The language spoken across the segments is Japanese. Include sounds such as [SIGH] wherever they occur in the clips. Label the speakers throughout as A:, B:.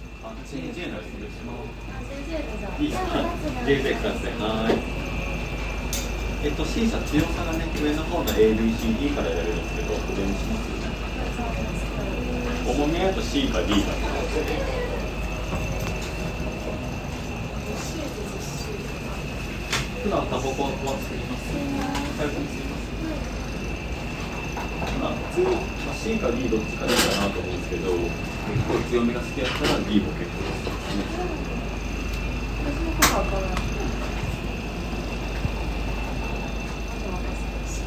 A: 10の失礼します
B: いいですか ?JZ ください。はーい。えっと、審査強さがね、上の方の ABCD からやるんですけど、これにしますよね。重みはやっぱ C か D か。普段タバコは吸います。最近吸います。まあ、普通、まあ、C か D どっちかでいいかなと思うんですけど、結構強めが好きだったら D も結構ですね。シリはい。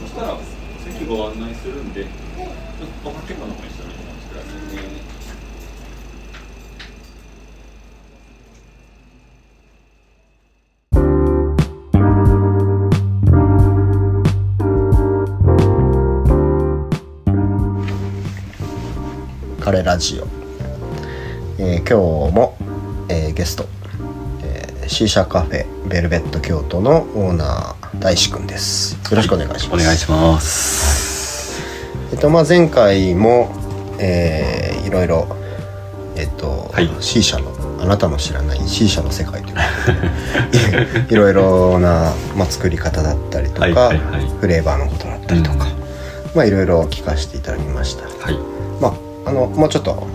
B: そしたら席ご案内するんで、ちょっとおかけ場の方一緒にお待ちくださいね。
C: 彼ラジオ、えー今日も、えーゲスト、えーシーシャカフェベルベット京都のオーナー大志くんですよろしくお願いします、
D: ます。
C: えっとまあ、前回も、えーいろいろえっと、
D: はい
C: C 社のあなたの知らない C 社の世界ということで [LAUGHS] いろいろな、まあ、作り方だったりとか、
D: はいはいはい
C: フレーバーのことだったりとか、まあ、いろいろ聞かせていただきました、
D: はい。
C: まあ、あのもうちょっと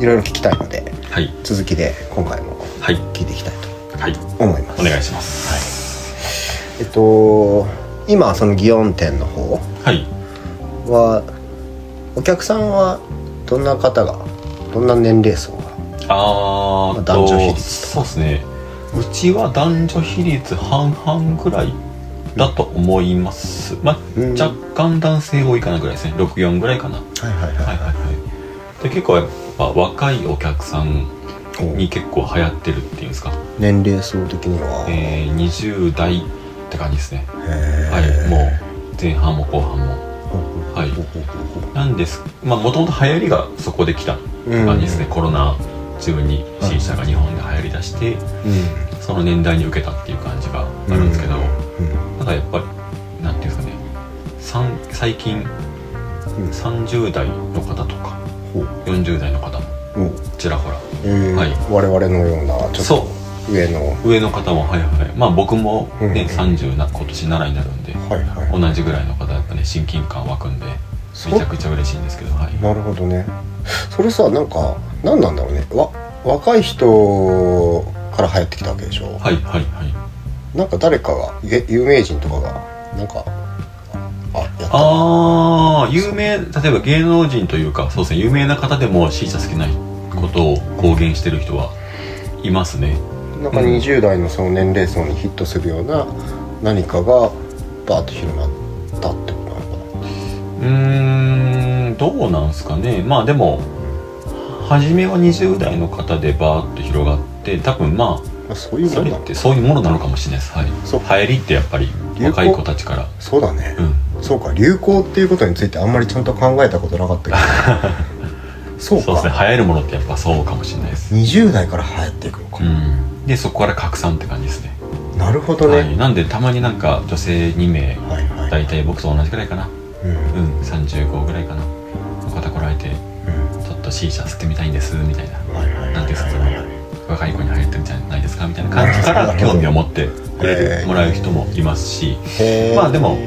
C: いろいろ聞きたいので
D: はい。
C: 続きで今回も
D: はい。
C: 聞いていきたい
D: はい。
C: と思います
D: お願いします。
C: えっと今その祇園店の方
D: はい。
C: はお客さんはどんな方がどんな年齢層が
D: あ
C: まあ
D: ー
C: 男女比率とか
D: そうですね。うちは男女比率半々ぐらいだと思います。まあ、
C: うん
D: 若干男性多いかなぐらいですね。64ぐらいかな。はい
C: はいはい
D: はいはい。で、結構やっぱ若いお客さんに結構流行ってるっていうんですか。
C: 年齢層的には、
D: えー、20代って感じですね。
C: へー
D: はい。もう前半も後半も。はい
C: ほうほうほうほう
D: なんですまあもともと流行りがそこで来た感じですね、コロナ自分に新車が日本で流行りだして、
C: うん
D: その年代に受けたっていう感じがあるんですけど、
C: うん
D: なんかやっぱりなんていうんですかねさん最近
C: うん
D: 30代の方とか
C: ほう
D: 40代の方も
C: ほう
D: ちらほら
C: えー
D: はい
C: 我々のようなちょっ
D: そ
C: と上の
D: う上の方もはいはいまあ僕も
C: うん
D: ね、30な今年7になるんで
C: はいはい
D: 同じぐらいの方やっぱね親近感湧くんで
C: そ
D: めちゃくちゃ嬉しいんですけどはい
C: なるほどねそれさなんか何なんだろうねわ若い人から流行ってきたわけでしょ、
D: はいはいはい
C: なんか誰かがげ有名人とかがなんかあやったな
D: ああ有名例えば芸能人というかそうですね有名な方でも C 社好きなことを公言してる人はいますね
C: なんか
D: うん
C: 20代のその年齢層にヒットするような何かがバーッと広まったってことなのか
D: うーんどうなんすかねまあでも初めは20代の方でバーッと広がって多分ま
C: な、まあ、そうい
D: あ
C: うも
D: そ
C: ん
D: れ
C: な
D: っ
C: の
D: てそういうものなのかもしれないですはい
C: そう
D: 流行りってやっぱり
C: 流行
D: 若い子たちから
C: そうだね
D: うん
C: そうか流行っていうことについてあんまりちゃんと考えたことなかっ
D: [LAUGHS]
C: たけどそう
D: そうですね
C: か
D: 流行るものってやっぱそうかもしれないです
C: 20代から流行っていくの
D: う、
C: か
D: んでそこから拡散って感じですね
C: なるほど
D: はい、
C: ね、
D: なんでたまになんか女性2名
C: はい、はい
D: 大体僕と同じくらいかな
C: うんう
D: う
C: ん
D: ん35ぐらいかなの方来られてちょっと C 社吸ってみたいんですみたいな
C: はいはいはい
D: なんていうんですか
C: はいはい
D: 若い子に流行ってみたいないですかみたいな感じから興味を持ってくれ
C: えー
D: るもらう人もいますし
C: へー
D: まあでも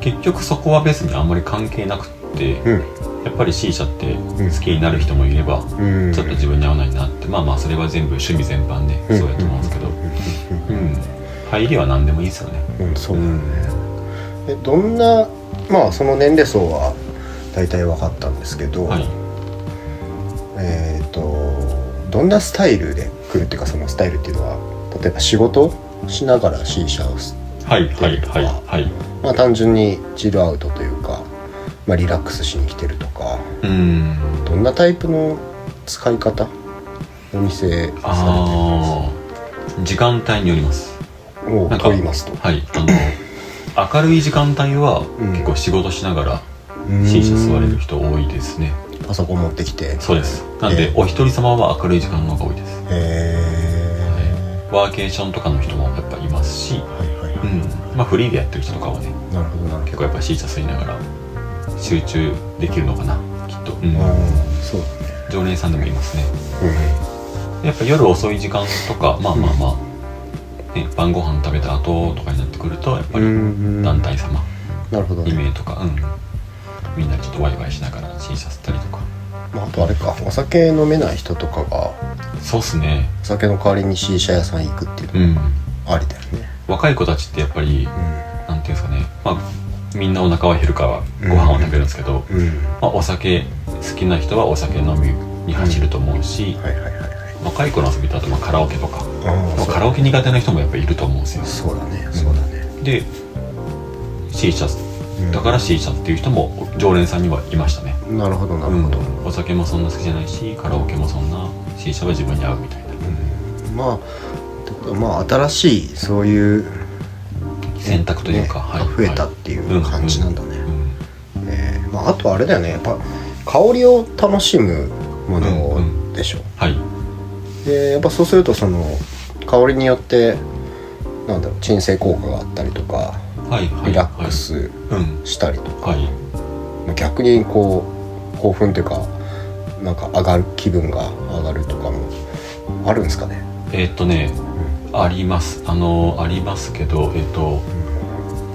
D: 結局そこは別にあんまり関係なくって
C: うん
D: やっぱり C 社って
C: ん
D: 好きになる人もいれば
C: うん
D: ちょっと自分に合わないなってまあまあそれは全部趣味全般ねそうやと思うんですけどうん入りは何でもいいですよね
C: うんそううだ
D: ん
C: えどんなまあその年齢層は大体分かったんですけど、
D: はい
C: えっ、とどんなスタイルで来るっていうかそのスタイルっていうのは例えば仕事しながら C 社をす
D: はいはいはいはい
C: まあ単純にチルアウトというか、まあ、リラックスしに来てるとか
D: うん
C: どんなタイプの使い方お店さ
D: ああ時間帯によります
C: れてるを
D: なんか
C: と言いますと
D: はいあの明るい時間帯は
C: うん
D: 結構仕事しながら
C: うーん
D: C 社座れる人多いですね
C: パソコン持ってきて
D: そうですなんで
C: え
D: お一人様は明るい時間の方が多いです
C: へえ
D: ワーケーションとかの人もやっぱいますし
C: はいはいは
D: うんまあフリーでやってる人とかはね
C: いなるほどなるほど
D: 結構やっぱ C 社吸いながら集中できるのかなきっと、うん
C: そう
D: 常連さんでもいますね
C: だね
D: やっぱ夜遅い時間とかまあまあまあ、ね、晩ご飯食べた後とかになってくるとやっぱり
C: うん
D: 団体様
C: なるほど
D: 2
C: ね、
D: 名とか、うん、みんなでちょっとワイワイしながら診察したりとか
C: まあ、あとあれかお酒飲めない人とかが
D: そうっすね
C: お酒の代わりに C 社屋さん行くっていう
D: う
C: の
D: ん
C: もありだよね
D: 若い子たちってやっぱりなんていうんですかねまあみんなお腹は減るからご飯を食べるんですけど、
C: うん、うん、
D: まあ、お酒好きな人はお酒飲みに走ると思うし、
C: はいはいはいはい
D: 若い子の遊びだとまあカラオケとか、
C: あ
D: まあ、カラオケ苦手な人もやっぱりいると思うんですよ
C: そうだねそうだね、
D: で C 社
C: うん
D: だからシーシャっていう人も常連さんにはいましたね、
C: なるほどなるほど、
D: うんお酒もそんな好きじゃないしカラオケもそんなシーシャは自分に合うみたいな
C: まあってことはまあ新しいそういう
D: 選択というか、
C: ね
D: はい
C: 増えたっていう感じなんだね、
D: うんうん
C: えーまあ、あとあれだよねやっぱ香りを楽しむものでしょ、
D: はい
C: でやっぱそうするとその香りによってなんだろう鎮静効果があったりとか
D: はいはい
C: リラックス
D: はいうん
C: したりとか、
D: はい
C: まあ逆にこう興奮というかなんか上がる気分が上がるとかもあるんですかね、
D: えーっとね
C: う
D: ありますあのありますけどえーっと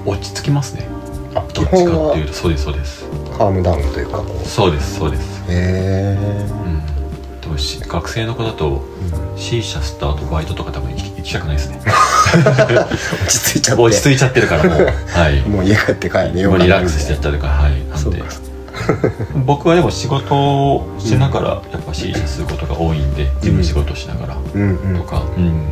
D: 落ち着きますね
C: あ
D: ど
C: 基
D: っち
C: 本
D: かっていう
C: は
D: とそうですそうです
C: カームダウンというかこう
D: そうですそうです
C: へえ
D: うんでもし学生の子だと C 社スタートバイトとか多分行き行きたくないですね
C: 落ち着いちゃって
D: 落ち着いちゃってるからも
C: [LAUGHS]
D: うはい
C: もう家帰って帰れよ
D: もうリラックスしてやったりとかはいなん
C: そう
D: で
C: か
D: 僕はでも仕事をしながらやっぱ C 社することが多いんで事務仕事しながら
C: うんう
D: と
C: ん
D: か、うん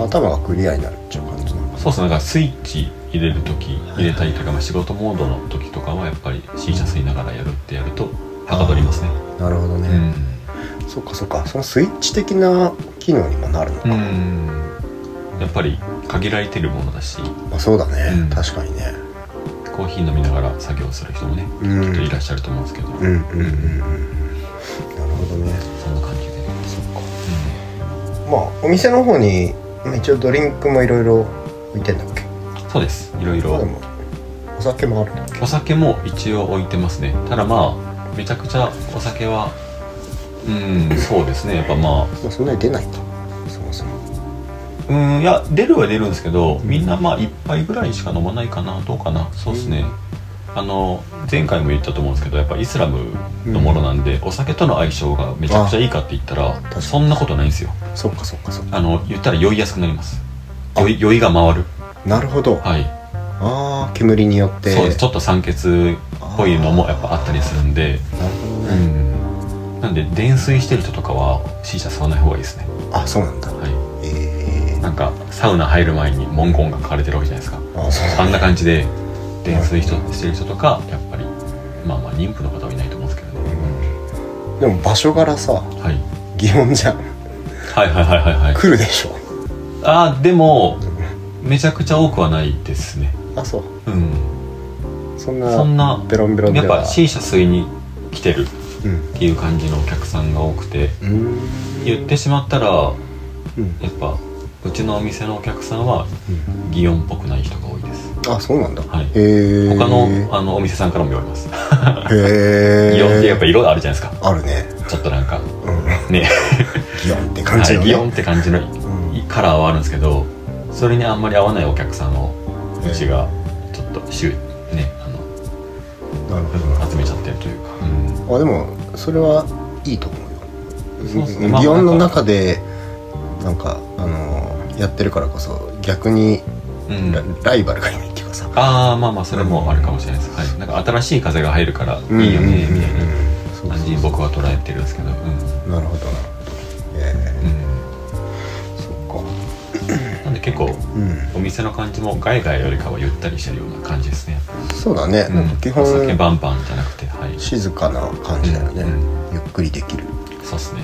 C: 頭がクリアになるっていう感じなのか
D: そうですねなんかスイッチ入れる時入れたりとか、まあ、仕事モードの時とかはやっぱり C 社吸いながらやるってやるとはかどりますね
C: なるほど
D: う
C: ね、
D: ん、
C: そっかそっかそのスイッチ的な機能にもなるのか、
D: やっぱり限られてるものだし
C: まあ、そうだね、
D: うん
C: 確かにね
D: コーヒー飲みながら作業する人もね
C: うん
D: きっといらっしゃると思うんですけど、
C: うんうんうんうんなるほどね
D: そんな感じで、
C: そっかまあお店の方にまあ一応ドリンクもいろいろ置いてんだっけ
D: うんそうですいろい
C: まあで
D: ろ
C: もお酒もあるんだっけ
D: お酒も一応置いてますねただまあめちゃくちゃお酒はうん [LAUGHS] そうですねやっぱまあ
C: まあそんなに出ないかそもそも
D: うんいや出るは出るんですけどみんなまあ1杯ぐらいしか飲まないかなどうかなそうですね、あの前回も言ったと思うんですけどやっぱイスラムのものなんで、お酒との相性がめちゃくちゃいいかって言った
C: 確からに
D: そんなことないんですよ
C: そっかそっかそっか
D: あの言ったら酔いやすくなります
C: あ
D: 酔い酔いが回る
C: なるほど、あ
D: はい、
C: あー煙によって
D: そうですちょっと酸欠っぽいのもやっぱあったりするんで
C: なるほど
D: う
C: ね、
D: んなんで電酔してる人とかは C 社吸わない方がいいですね
C: あそうなんだ
D: は
C: ええ
D: いなんかサウナ入る前に文言が書かれてるわけじゃないですか
C: あそ
D: あ
C: う
D: んな感じで泥酔人してる人とかやっぱりまあまあ妊婦の方はいないと思うんですけどね、
C: でも場所柄さ
D: はい、
C: 疑問じゃん
D: はいはいはいはいはい
C: 来るでしょ
D: あーでもめちゃくちゃ多くはないですね
C: あそう
D: うん
C: そんな
D: そんな
C: ベロンベロンで
D: やっ
C: は
D: ぱ C 社吸いに来てる
C: うん
D: っていう感じのお客さんが多くて
C: うん
D: 言ってしまったらや
C: うん
D: っぱうちのお店のお客さんは
C: うん
D: 擬音っぽくない人が多いです
C: あそうなんだ、
D: はい
C: へえ
D: 他のあのお店さんからも言われます
C: へえ
D: 擬音ってやっぱ色があるじゃないですか
C: あるね
D: ちょっとなんか
C: うん [LAUGHS]
D: ね
C: ギヨンって感じの
D: はい
C: ね、
D: 擬音って感じの
C: うん
D: カラーはあるんですけどそれにあんまり合わないお客さんをうちがちょっと集,、ね、あの
C: なるほどな
D: 集めちゃってるというか、
C: あでもそれはいいと思うよ
D: そうっすねまあ
C: 擬音の中でなんかあのーやってるからこそ逆に
D: うん
C: ラ,、ライバルがいないっていうかさ
D: ああまあまあそれもあるかもしれないです、はい、なんか新しい風が入るからい
C: うん
D: いよね
C: うんうんうん
D: みたいな
C: そう
D: 感じに僕は捉えてるんですけど、うん
C: なるほどなえ
D: う
C: ー、そっか
D: ん、なんで結構
C: うん
D: お店の感じもガイガイよりかはゆったりしてるような感じですね、
C: そうだね、
D: うん
C: なん、基
D: お酒
C: 本
D: バンバンじゃなくてはい
C: 静かな感じだよね、
D: うん
C: ゆっくりできる
D: そうっすね、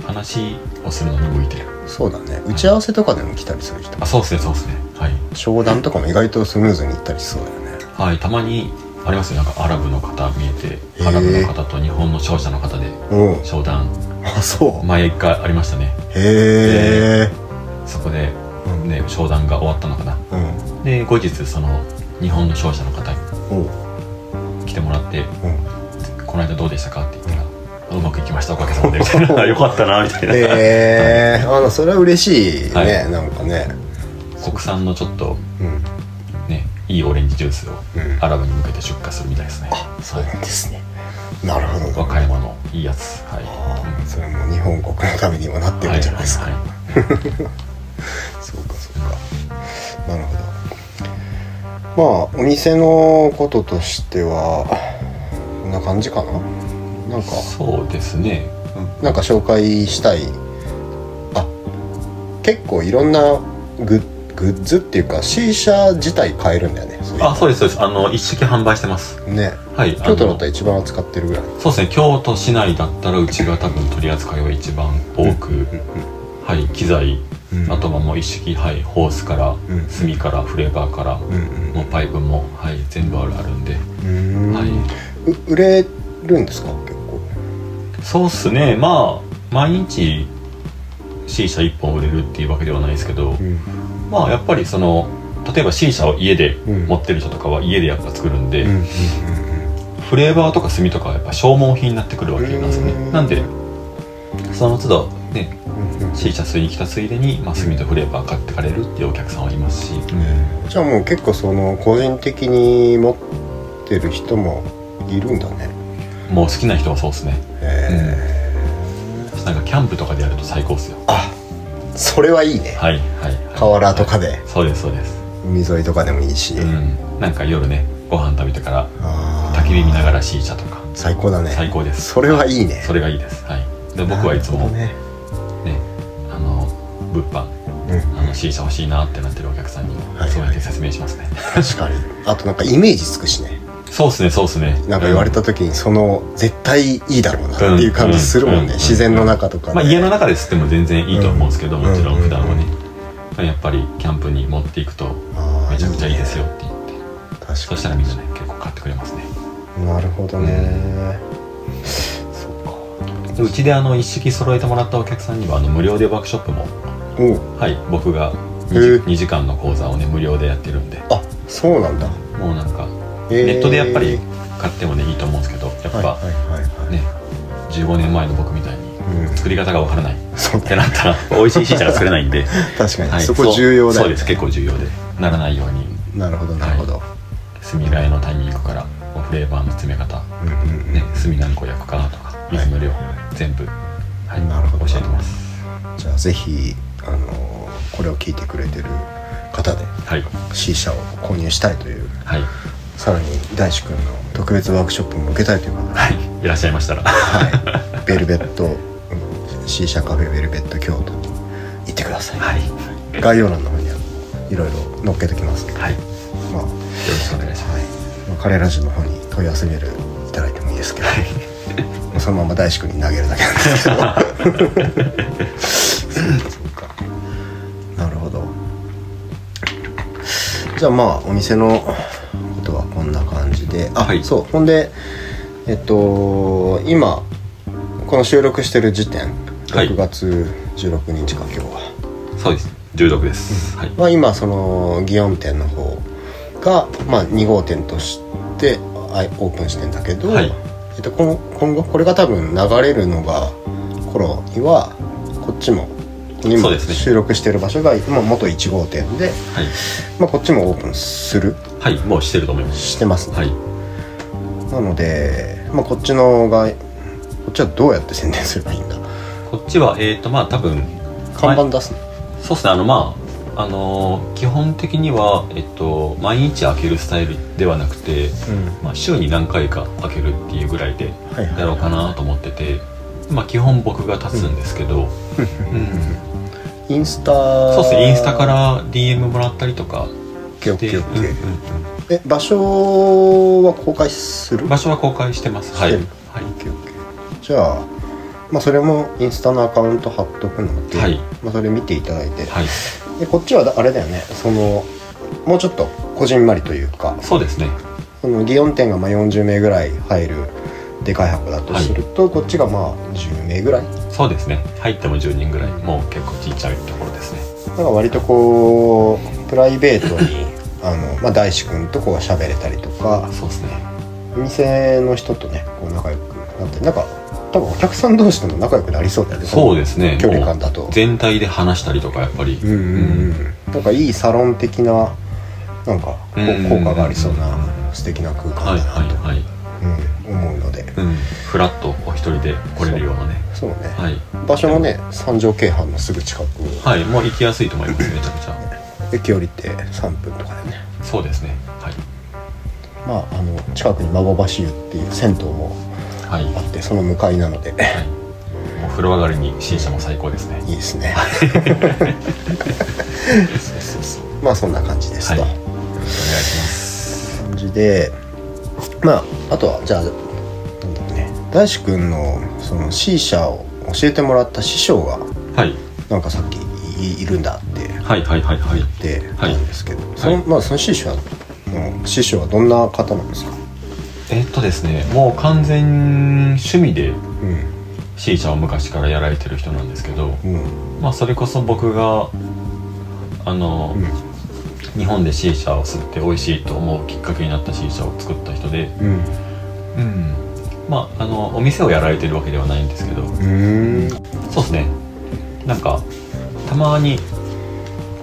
D: うん、話をするのに向いてる
C: そうだね打ち合わせとかでも来たりする人
D: あそうっすねそうっすねはい
C: 商談とかも意外とスムーズにいったりしそうだよね
D: はい、たまにありますよなんかアラブの方見え
C: へ
D: て
C: ー
D: アラブの方と日本の商社の方で
C: うん
D: 商談
C: あそう
D: 前一回ありましたね
C: へえ
D: そこで、ね、商談が終わったのかな
C: う
D: [LAUGHS]
C: ん
D: で後日その日本の商社の方
C: おう
D: 来てもらって
C: うん
D: 「この間どうでしたか?」って言ったら「あうまくいきましたおかげさまで」みたい
C: [LAUGHS]
D: な「よかったな」みたいな、
C: えー、あのそれは嬉しいね、
D: はい
C: なんかね
D: 国産のちょっと
C: うん
D: ねいいオレンジジュースを
C: うん
D: アラブに向けて出荷するみたいですね、
C: そう
D: はい
C: なんですねなるほど
D: 和歌山のいいやつはい
C: ああそれも日本国のためにもなってるんじゃないですか、
D: はいはいはい
C: そうかそうかなるほどまあお店のこととしてはこんな感じかななんか
D: そうですね、
C: なんか紹介したいあ結構いろんなグッグッズっていうか C 社自体買えるんだよねそうい
D: あそうですそうですあの一式販売してます
C: うね
D: はいあ
C: 京都だ
D: の
C: ったら一番扱ってるぐらい
D: そうですね京都市内だったらうちが多分取り扱いは一番多く、はい機材、
C: うん
D: あとはもう一式はいホースから、
C: うん
D: 炭からフレーバーから、
C: うん
D: もうパイプも、はい、全部あるあるんで、
C: うんうん
D: はいう
C: 売れるんですか結構
D: そうっすねまあ毎日 C 社1本売れるっていうわけではないですけど、
C: うん
D: まあやっぱりその例えば C 社を家で
C: うん
D: 持ってる人とかは家でやっぱ作るんで、
C: うんうん
D: フレーバーとか炭とかはやっぱ消耗品になってくるわけなんですよ
C: う
D: ね
C: ん
D: なんでその都度ね
C: うんうん
D: C 社吸いに来たついでに、まあ、炭とフレーバー買ってかれるっていうお客さんはいますし、
C: じゃあもう結構その個人的に持ってる人もいるんだね
D: もう好きな人はそうですね
C: へえ、
D: なんかキャンプとかでやると最高っすよ
C: あそれはいいね
D: はいはい、はい、
C: 河原とかで
D: そうですそうです、
C: 海沿いとかでもいいし、
D: うん、なんか夜ねご飯食べてから
C: あー
D: 焚き火見ながら C 社とか
C: 最高だね
D: 最高です
C: それはいいね
D: それがいいですはいで僕はいつも
C: な
D: ね
C: る
D: あの物販
C: ほどね、
D: あの C 社欲しいなってなってるお客さんに
C: はい
D: そうやって説明しますね、
C: うん、確かにあとなんかイメージつくしね
D: そうっすねそうっすね
C: なんか言われた時にその絶対いいだろうなっていう感じするもんね、
D: うんうん
C: 自然の中とか、ね
D: まあ、家の中で吸っても全然いいと思うんですけど、
C: うん
D: もちろん普段はね、
C: うん
D: まあやっぱりキャンプに持っていくと
C: あー
D: めちゃくちゃいいですよっ
C: ね
D: て言って
C: 確かに
D: そしたらみんなね結構買ってくれますね
C: なるほどね、
D: でうちであの一式揃えてもらったお客さんにはあの無料でワークショップも
C: おう
D: はい僕が
C: へえ
D: 2, 2時間の講座をね無料でやってるんで
C: あそうなんだ
D: もうなんか
C: ネ
D: ネットでやっぱり買ってもねいいと思うんですけどやっ
C: はい
D: ぱ
C: はいはいはい、
D: ね15年前の僕みたいに
C: うん
D: 作り方がわからないっ
C: そう
D: て
C: だ
D: なったら [LAUGHS] 美味しいシーチャーが作れないんで、
C: 確かに、
D: はい、
C: そこ重要だ
D: そうそ
C: よ
D: う
C: ね
D: です結構重要でならないように
C: なるほどなるほど、
D: 炭替えのタイミングからこうフレーバーの詰め方、
C: うんうんうん
D: ね、炭何個焼くかなとか水の量、全部、はい、
C: なるほど
D: 教えてます
C: じゃあぜひあのーこれを聞いてくれてる方で
D: はい
C: C 社を購入したいという
D: はい、
C: さらに大志くんの特別ワークショップも受けたいという方は
D: はい、いらっしゃいま [LAUGHS] したら [LAUGHS]
C: はいベルベットうん C 社カフェベルベット京都に行ってください、
D: はい、
C: 概要欄の方にいろいろ載っけときますけど、
D: はい、よ
C: まあ
D: ろしくお願いします
C: はい、まあ、カレーラジオの方に問い合わせメールいただいてもいいですけど、もうそのまま大志くんに投げるだけなんですけ
D: [LAUGHS]
C: どそうかそうかなるほどじゃあまあお店のことはこんな感じであ、
D: はい
C: そうほんでえっと今この収録してる時点
D: はい
C: 6月16日か今日は、
D: そうです重毒です、はい
C: まあ、今その祇園店の方が、まあ、2号店としてあオープンしてんだけど、
D: はい
C: えっと、今今後これが多分流れるのが頃にはこっちも
D: そ
C: 今
D: うですね
C: 収録してる場所が、まあ、元1号店で、
D: はい、
C: まあ、こっちもオープンする
D: はい、もうしてると思います
C: してますね、
D: はい
C: なので、まあ、こっちのがこっちはどうやって宣伝すればいいんだ
D: こっちはえっ、ー、とまあ多分
C: 看板
D: ま
C: 出すの、
D: あそうですねあのまああのー基本的には、えっと、毎日開けるスタイルではなくて、
C: うん
D: まあ、週に何回か開けるっていうぐらいで
C: はいはい
D: やろうかなと思ってて、まあ、基本僕が立つんですけど、うん
C: インスタ
D: そうですねインスタから DM もらったりとかして
C: OKOKOK、
D: うんうん
C: え場所は公開す
D: う
C: る
D: ん場所は公開してますはい、
C: し
D: は
C: てる
D: い、
C: じゃあ,、まあそれもインスタのアカウント貼っとくので、
D: はい
C: まあ、それ見ていただいて、
D: はい、
C: でこっちはだあれだよねそのもうちょっとこじんまりというか
D: そうですね
C: その祇園店がまあ40名ぐらい入るでかい箱だとすると、こっちがまあ10名ぐらい
D: そうですね入っても10人ぐらいもう結構ちっちゃいところですね
C: なんか割とこ
D: [LAUGHS]
C: うプライベートにあの、まあ、大志くんとこう喋れたりとか
D: そうですね
C: お店の人とねこう仲良くなってなんか多分お客さん同士でも仲良くなりそうだよね
D: そうですね
C: 距離感だと
D: もう全体で話したりとかやっぱり、
C: うんうんうんなんかいいサロン的ななんかこう
D: うんうんうん
C: 効果がありそうな素敵な空
D: は
C: 間
D: い
C: だ
D: は
C: なと、
D: いはい、
C: うん、思うので
D: うん、フラッとお一人で来れるようなね
C: そうね、
D: はい、
C: 場所もね三条京阪のすぐ近くに、
D: はい、もう行きやすいと思います
C: [LAUGHS]
D: めちゃくちゃ
C: 駅降りて3分とかでね
D: そうですねはい
C: まああの近くに孫橋湯っていう銭湯も
D: はい、
C: あ
D: は
C: ってその向かいなので
D: [LAUGHS] い、もう風呂上がりに C 社も最高ですね
C: いいですね
D: そうそうそう
C: ま [LAUGHS] あそんな感じです
D: はい
C: と、
D: お願いします
C: 感じでまああとはじゃあなんだろうね大志くんのその C 社を教えてもらった師匠が
D: はい
C: なんかさっきいいるんだって
D: はいはいはいはい
C: 言ってたんですけど、
D: い
C: その
D: はい
C: まあその師匠の師匠はどんな方なんですか、
D: えっとですねもう完全趣味で
C: うん
D: シーシャを昔からやられてる人なんですけど、
C: うん
D: まあ、それこそ僕があの、日本でシーシャを吸って美味しいと思うきっかけになったシーシャを作った人で、
C: うん
D: まああのお店をやられてるわけではないんですけど
C: うん
D: そうですねなんかたまに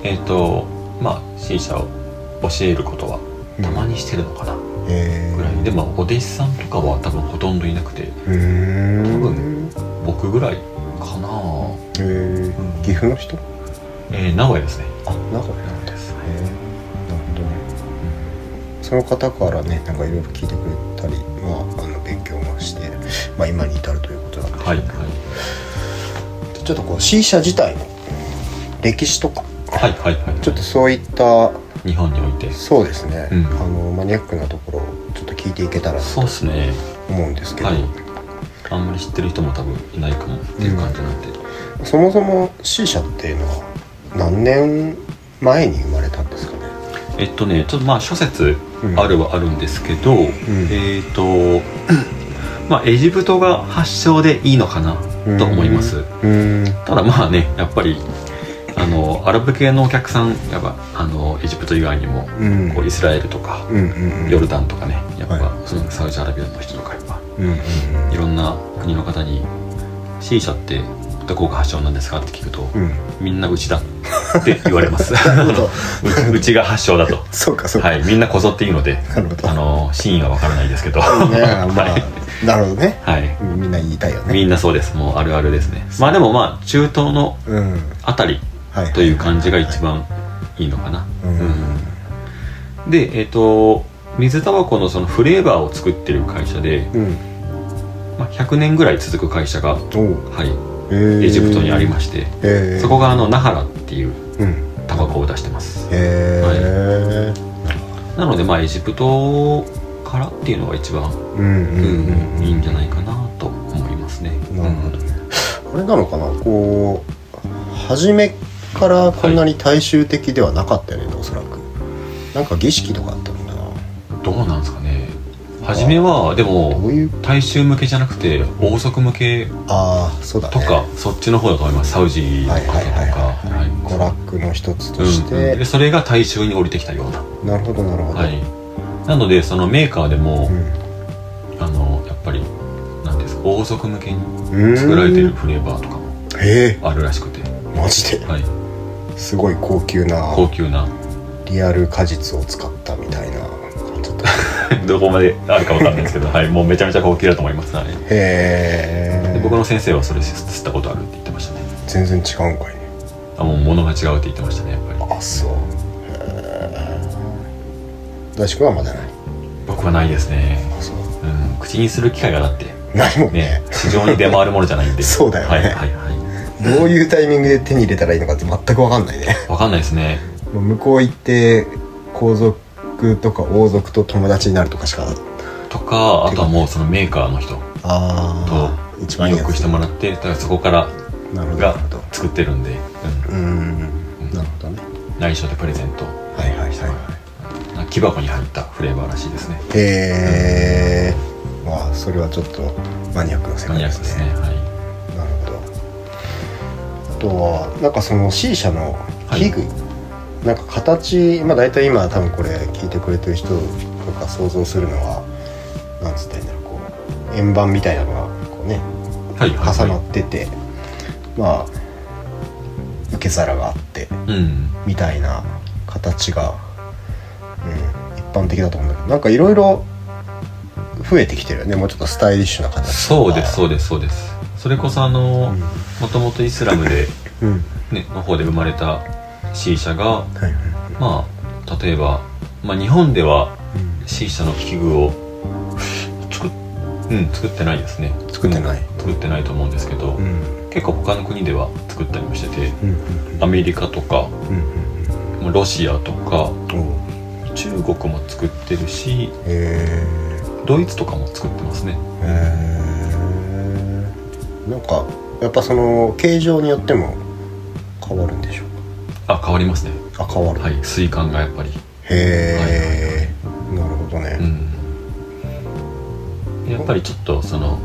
D: えっ、とまあシーシャを教えることはたまにしてるのかな
C: え
D: ぐらい、
C: ー
D: でもお弟子さんとかは多分ほとんどいなくて
C: うー
D: 多
C: ん
D: 分僕ぐらいかな、
C: えー岐阜の人
D: えー名古屋ですね
C: あ名古屋なんですね
D: は
C: なるほどねその方からねなんかいろいろ聞いてくれたり、まあ、あの勉強もして、まあ、今に至るということなんで
D: はいはい
C: ちょっとこう C 社自体の歴史とか
D: はいはいはい
C: ちょっとそういった
D: 日本において
C: そうですね、
D: うん
C: あのマニアックなところをちょっと聞いていけたらと
D: そうですね
C: 思うんですけど、
D: はいあんまり知ってる人も多分いないかもっていう感じなんで、
C: そもそも C 社っていうのは何年前に生まれたんですかね
D: えっとねちょっとまあ諸説
C: うん
D: あるはあるんですけど、えっ、と [COUGHS] まあエジプトが発祥でいいのかなと思います、
C: うん
D: ただまあねやっぱりあのアラブ系のお客さんやっぱあのエジプト以外にも、
C: うん
D: こうイスラエルとか、
C: うんうんうん
D: ヨルダンとかねやっぱ、
C: は
D: そのサウジアラビアの人とかやっぱ
C: うんうん
D: いろんな国の方に「シーシャってどこが発祥なんですか?」って聞くと、
C: うんうん
D: みんなうちだって言われます
C: [LAUGHS]
D: あのう [LAUGHS] ちうちが発祥だと
C: そうかそうか、
D: はいみんなこぞっていい
C: [LAUGHS]
D: ので
C: なるほど
D: あの真意はわからないですけど [LAUGHS]
C: ねま
D: は
C: あなるほどね
D: い、はい、
C: みんな言いたいよね
D: みんなそうですもうあるあるですねまあでもまあ中東の
C: うん
D: あたり
C: は
D: という感じが一番いいのかな、
C: うん
D: うんでえっ、と水タバコのそのフレーバーを作ってる会社で、
C: うん
D: まあ、100年ぐらい続く会社が、
C: おう
D: はい、
C: えー
D: エジプトにありまして、
C: えー
D: そこがあのナハラっていう
C: うん
D: タバコを出してます
C: えー
D: なのでまあエジプトからっていうのが一番、
C: うんうんうん
D: うんいいんじゃないかなと思いますね
C: なるほどねあれなのかなこう初めからこんなに大衆的ではなかったよね、おそらくなんか儀式とかあったのかな
D: うんどうなんですかね初めはで
C: ど
D: も
C: ういう
D: 大衆向けじゃなくて王族向け
C: ああそうだね
D: とか、そっちの方だと思いますサウジの
C: はい
D: 方とか
C: はいはいはい、
D: はい
C: 娯楽の一つと
D: うん
C: し
D: うんで
C: て、
D: それが大衆に降りてきたような、
C: なるほどなるほど、
D: はい、なのでそのメーカーでも
C: う、ん
D: あのやっぱりなんですか王族向けに
C: うーん
D: 作られてるフレーバーとかも
C: え
D: あるらしくて、
C: ー、マジで
D: はい、
C: すごい高級な
D: 高級な [LAUGHS]
C: リアル果実を使ったみたいな感じだった
D: どこまであるかわかんないですけど、はい、もうめちゃめちゃ高級だと思います、はい、
C: へ
D: で
C: え
D: 僕の先生はそれ吸ったことあるって言ってましたね
C: 全然違うんかいね
D: あもう物が違うって言ってましたねやっぱり
C: あそうへえ大志くんはまだない
D: 僕はないですね、
C: あそう
D: うん、口にする機会がだって
C: ないもんね
D: ね市場に出回るものじゃないんで
C: [LAUGHS] そうだよね
D: はいはいは
C: どういうタイミングで手に入れたらいいのかって全く分かんないね
D: いわかんないですね
C: もう向こう行って皇族とか王族と友達になるとかしか
D: とかあとはもうそのメーカーの人
C: ああ
D: と
C: 一番いい
D: 入
C: や
D: 力
C: つ
D: してもらってだからそこから
C: なるほどな
D: が
C: るほど
D: 作ってるんで、
C: うーんなるほどね
D: うん、内緒でプレゼント
C: はいはいはいはい
D: なんか木箱に入ったフレーバーらしいですね
C: へえまあそれはちょっとマニアックな世
D: マ
C: 界
D: ニア
C: で
D: ックですすね
C: ね
D: は
C: なるほどあとはなんかその C 社の器具、なんか形まあ大体今多分これ聞いてくれてる人とか想像するのはあ円盤みたいなのがこうね
D: はいはいはい
C: 重なってて、まあ受け皿があって
D: うん
C: みたいな形が、うん、一般的だと思うんだけどなんかいろいろ増えてきてるよねもうちょっとスタイリッシュな形とか
D: そうですそうですそうですそれこそあの
C: うん
D: もともとイスラムで、
C: うん
D: ね、の方で生まれた C 社が
C: はいはい
D: まあ例えば、まあ、日本では
C: うん
D: C 社の機具を作っ,、うん、作ってないですね
C: 作ってない
D: うん作ってないと思うんですけど、
C: うん
D: 結構他の国では作ったりもしてて
C: うん
D: アメリカとか
C: うんうん
D: まあロシアとか
C: うんうんおう
D: 中国も作ってるし
C: え
D: ドイツとかも作ってますね
C: ーえーなんかやっぱその形状によっても変わるんでしょう
D: あ変わりますね
C: かあ変わる、
D: はい水管がやっぱり
C: へえ、なるほど
D: う
C: ね、
D: んやっぱりちょっとその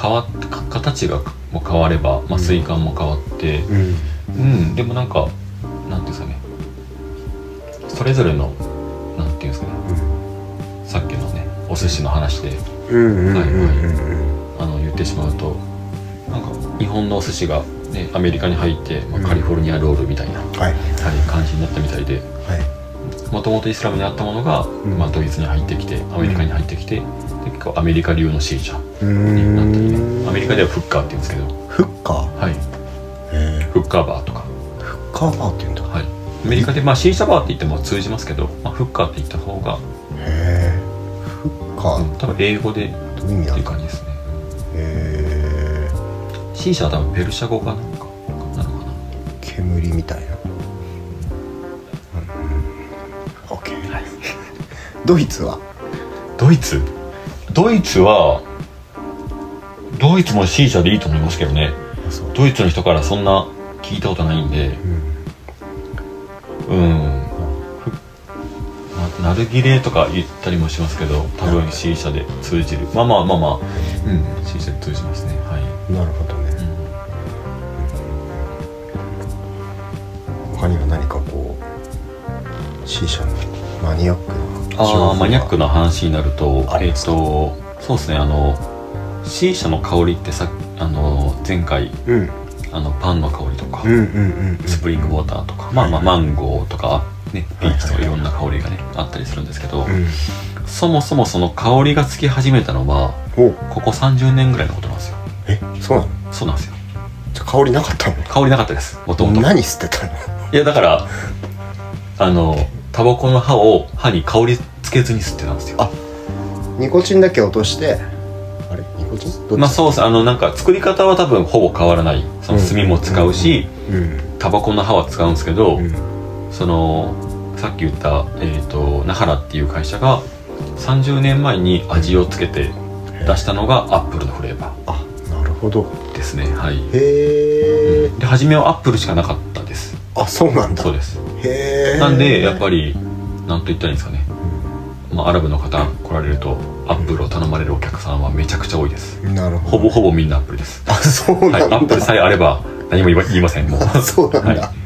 D: 変わっか形がも変われば、まあ、水管も変わって
C: うん
D: うんでもなんかなんていうんですかねそれぞれのなんていうんですかねさっきのねお寿司の話で
C: うんうんうんうん
D: はい
C: うん
D: あの言ってしまうとなんか日本のお寿司が、ね、アメリカに入って、まあ、カリフォルニアロールみたいな、はい、
C: はい
D: 感じになったみたいで
C: はい
D: もともとイスラムにあったものが、
C: ん
D: まあ、ドイツに入ってきてアメリカに入ってきて、で結構アメリカ流のシーシャ
C: う
D: になったり
C: ー
D: ね
C: ん
D: アメリカではフッカーって言うんですけど、
C: フッカー
D: はい、
C: え
D: フッカーバーとか、
C: ーフッカーバーって言うんだ
D: はい、アメリカで、まあ、シーシャバーって言っても通じますけど、まあ、フッカーって言った方が、
C: へえフッカ
D: う
C: ー
D: ん、多分英語でっ
C: どういう意味な
D: てい
C: ん
D: う
C: だ
D: 感じですね
C: へえ
D: シーシャは多分ペルシャ語かなんかなのかな
C: 煙みたいなオッケー [LAUGHS] ドイツは
D: ドイツドイツはドイツも C 社でいいと思いますけどね
C: そう
D: ドイツの人からそんな聞いたことないんで
C: う
D: う
C: ん
D: んななるぎれとか言ったりもしますけど多分 C 社で通じるまあまあまあまあうん C 社で通じますねは
C: なるほど
D: い、う
C: ね
D: ん
C: 他には何かこう C 社のマニアックな情報
D: あ
C: が
D: ーマニアックな話になると
C: あり
D: えっ、
C: ますか
D: とそうですねあの C 社の香りってさあの前回
C: うん
D: あのパンの香りとか、
C: うんうんうん
D: スプリングウォーターとか、まあまあマンゴーとか、ね、
C: は
D: ビ
C: い
D: ーチとかいろんな香りがね、あったりするんですけど、
C: うん
D: そもそもその香りがつき始めたのは、
C: お
D: ここ30年ぐらいのことなんですよ。
C: えそうなの
D: そうなんですよ。
C: じゃあ香りなかった
D: 香りなかったです、もと
C: の
D: もと。い
C: 何吸ってたの
D: や、だから、あの、タバコの歯を歯に香りつけずに吸ってたんですよ。
C: あニコチンだけ落としてあれニコチンどっち
D: まあそうですあの、なんか作り方は多分ほぼ変わらない。その炭も使うし、
C: うん
D: タバコの歯は使うんですけど、
C: うん
D: そのさっき言った、えー、と那原っていう会社が30年前に味をつけて出したのがアップルのフレーバ
C: あなるほど
D: ーですねはい
C: へえ
D: で初めはアップルしかなかったです
C: あそうなんだ
D: そうです
C: へえ
D: なんでやっ
C: り
D: ぱりなんと言ったらいいんですかね、まあ、アラブの方来られるとアップルを頼まれるお客さんはめちゃくちゃ多いです
C: なるほ
D: ほ
C: ど
D: ぼほぼみんなアップルです
C: あそうなん
D: は
C: だ、 [LAUGHS]
D: いアップルさえあれば何も言わ言いませんもう
C: あそうなんだ、
D: はい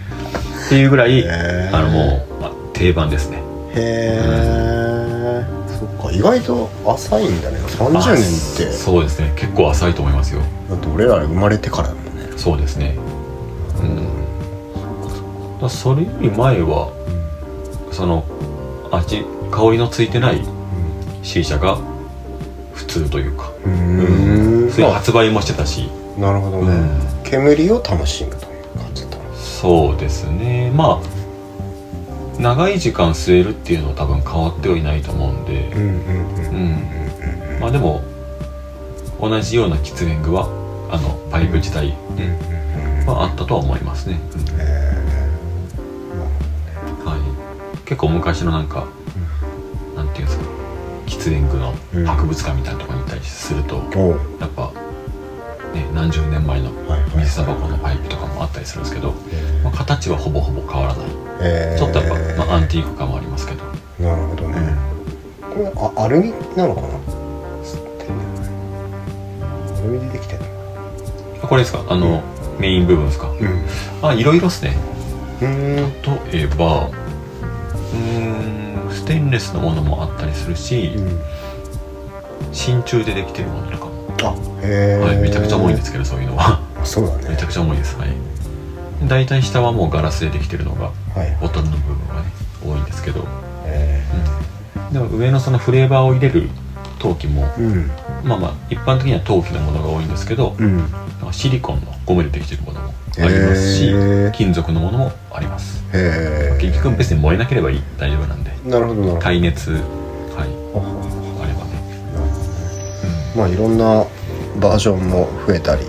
D: っていうぐらい
C: へー
D: あのもうまあ定番ですね
C: へえ、そっか意外と浅いんだね30年
D: あ
C: って
D: そうですね結構浅いと思いますよ
C: だって俺ら生まれてからだもんね
D: そうですねうんだそれより前はその味香りのついてない C 社が普通というか
C: うんうん
D: そういう発売もしてたし、
C: なるほど
D: う
C: ね、
D: ん
C: 煙を楽しむという感じだった
D: そうですねまあ長い時間吸えるっていうのは多分変わってはいないと思うんで
C: うんうんう
D: うんんまあでも同じような喫煙具はあのパイプ自体はあったとは思いますね、うん
C: へえ
D: はい、結構昔のなんか、なんていうんですか喫煙具の
C: うん
D: 博物館みたいなところに行ったりすると、
C: おう
D: やっぱ、ね、何十年前の
C: はいはい
D: 水タバコのパイプとかもあったりするんですけど、まあ、形はほぼほぼ変わらない
C: え
D: ち
C: ー
D: ょっとやっぱ、まあ、アンティーク感もありますけど
C: なるほどね、これあアルミなのかなアルミでできてる
D: あこれですかあの、メイン部分ですかあいろいろですね
C: うんうん
D: 例えばうーんステンレスのものもあったりするし、
C: うん
D: 真鍮でできてるものとかも
C: あへえ、
D: はい、めちゃくちゃ重いんですけどそういうのは [LAUGHS]
C: あそうだね
D: めちゃくちゃ重いですはいで大体下はもうガラスでできてるのが
C: はい
D: ボトルの部分がね多いんですけど、
C: え
D: うん、でも上のそのフレーバーを入れる陶器も
C: ーうん
D: まあまあ一般的には陶器のものが多いんですけど、
C: うん
D: なんかシリコンのゴムでできてるものもありますし、
C: へー
D: 金属のものもあります
C: へえ
D: 結局別に燃えなければいい大丈夫なんで
C: なるほどなるほど
D: 耐熱はい
C: あは
D: あればね、
C: はまあいろんなバージョンも増えたり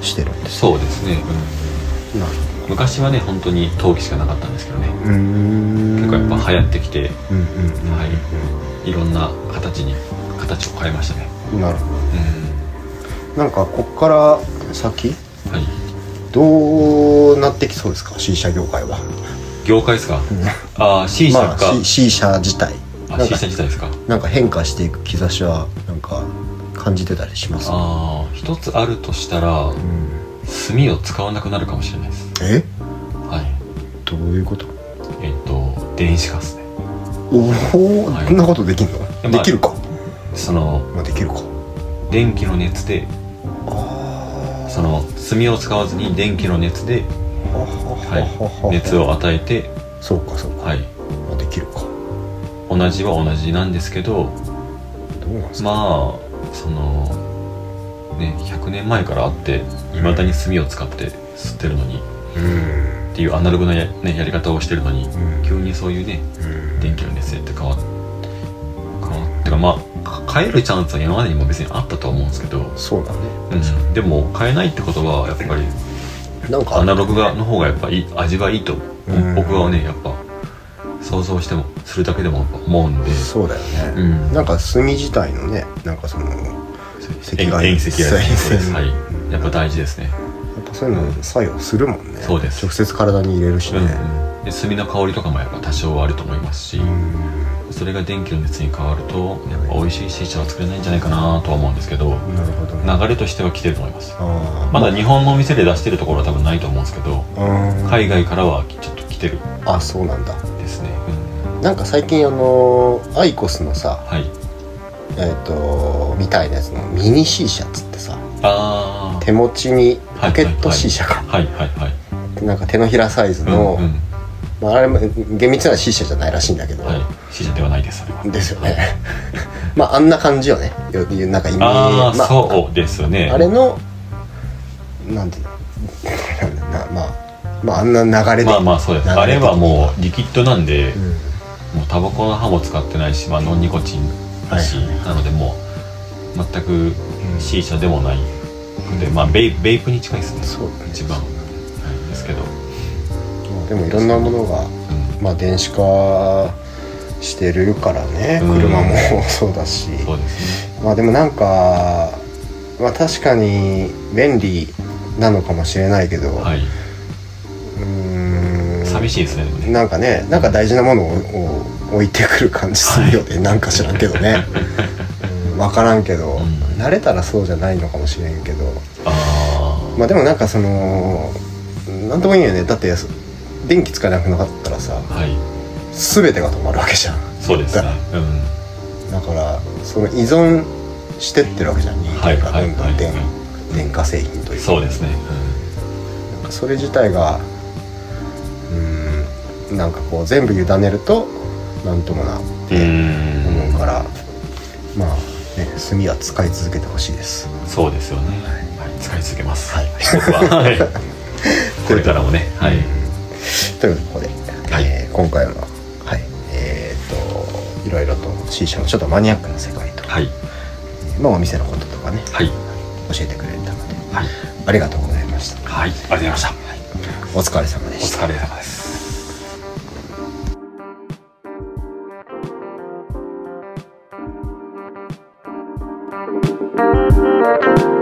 C: してるんです
D: そうですね、
C: なる
D: うん昔はね本当に陶器しかなかったんですけどね
C: うー
D: 結
C: ん
D: 構やっぱ流行ってきて
C: うんうんうん、
D: はいいろんな形に形を変えましたね
C: なるほ
D: う
C: どなんかこっから先
D: んはい
C: どうなってきそうですか C 社業界は
D: 業界ですかああ C 社
C: まあ
D: か、
C: C, C 社自体
D: あ
C: なん
D: C
C: か
D: 社自体ですか
C: なんか変化していく兆しはなんか感じてたりします
D: ああ一つあるとしたら
C: うん、
D: 炭を使わなくなるかもしれないです
C: え
D: はい
C: どういうこと
D: えっと電子ガスね
C: おお、
D: はい
C: こんなことできるの、
D: や
C: できるか、
D: その
C: まあ、できるか
D: 電気の熱で
C: あ
D: その炭を使わずに電気の熱で、はい、熱を与えて、
C: そうかそうか、
D: はい、
C: まあ、できるか
D: 同じは同じなんですけど
C: どうなんですか、
D: まあそのね100年前からあっていまだに炭を使って吸ってるのに
C: うん
D: っていうアナログなや,、ね、やり方をしてるのに
C: うん
D: 急にそういうね
C: うん
D: 電気の熱って変わっ変わってかまあか変えるチャンスは今までにも別にあったとは思うんですけど、
C: そうだね
D: うん、でも変えないってことはやっぱり
C: なんか
D: アナログがの方がやっぱいい味はいいと
C: うん
D: 僕はねやっぱ想像してもするだけでもやっぱ思うんで、
C: そうだよね、
D: うん、
C: なんか炭自体のねなんかそのや
D: 遠
C: 赤外
D: 遠赤外線そうです
C: そう
D: は
C: ですね
D: いやっぱ大事ですね、
C: っぱそういうの作用するもんね、
D: そうです
C: 直接体に入れるし
D: う
C: ね、
D: んうん、で炭の香りとかもやっぱ多少はあると思いますし、
C: うん
D: それが電気の熱に変わるとやっぱ美味しいシーチャーは作れないんじゃないかなとは思うんですけど
C: なるほどね
D: 流れとしては来てると思います
C: あー
D: まだ日本のお店で出してるところは多分ないと思うんですけど
C: うん
D: 海外からはちょっと来てるん
C: あそうなんだ
D: ですね、うん
C: なんか最近あのアイコスのさ
D: はい
C: えっ、とみたいなやつのミニ C 社っつってさ
D: あ
C: 手持ちに
D: は
C: ポ
D: い
C: ケット C 社か、
D: あはいはいはい
C: なんか手のひらサイズの、
D: うんうん
C: まあ、あれも厳密には C 社じゃないらしいんだけど、
D: はい、死者ではないですそれは
C: ですよね [LAUGHS] まああんな感じよねよなんかイメージ
D: ああ、
C: まあ
D: そうですね
C: あれのなんていうの [LAUGHS] なんだろうなまあまああんな流れで
D: まあまあそうです
C: 流れ
D: あ
C: 的
D: れ
C: に
D: はもうリキッドなんで、
C: うん
D: もうタバコの葉も使ってないし、まあ、ノンニコチンだし、
C: はい
D: なのでもう全く
C: うん
D: C 社でもないで、まあ、ベイベイプに近いですね
C: そうだね
D: 一番、はい、ですけど、う
C: まあでもいろんなものが
D: ん、
C: まあ電子化してるからね
D: うん
C: 車も [LAUGHS] そうだし、
D: そうですね
C: まあでもなんかまあ確かに便利なのかもしれないけど、
D: はいう
C: ーん
D: 寂しいですねでもね
C: なんかねなんか大事なものをを置いてくる感じするよね、なんか知らんけど
D: [LAUGHS]
C: ねうん分からんけど、
D: うん
C: 慣れたらそうじゃないのかもしれんけど
D: あ
C: まあでもなんかそのなんともいいよねだってそ電気使えなくなったらさ
D: あはい
C: 全てが止まるわけじゃん
D: そうですね
C: だ
D: うん
C: だからその依存してってるわけじゃん人
D: は
C: 間
D: い
C: が
D: はい
C: どんどん電,、
D: はい
C: 電化製品というか
D: そうですね、
C: なんかそれ自体がうんなんかこう全部委ねるとなんともなって
D: うん
C: 思うから、まあね炭は使い続けてほしいです
D: そうですよね、はい、使い続けます、
C: はい
D: 僕は、 [LAUGHS] はい、これからもね、はい、
C: ということでここで、
D: はい
C: えー今回ははいえー、っといろいろと C 社のちょっとマニアックな世界とか、
D: はい、
C: まあ、お店のこととかね
D: はい、
C: 教えてくれたので
D: はい、
C: ありがとうございました
D: はい、ありがとうございました。
C: お疲れ様で
D: お
C: した
D: 疲れ様です。
A: 「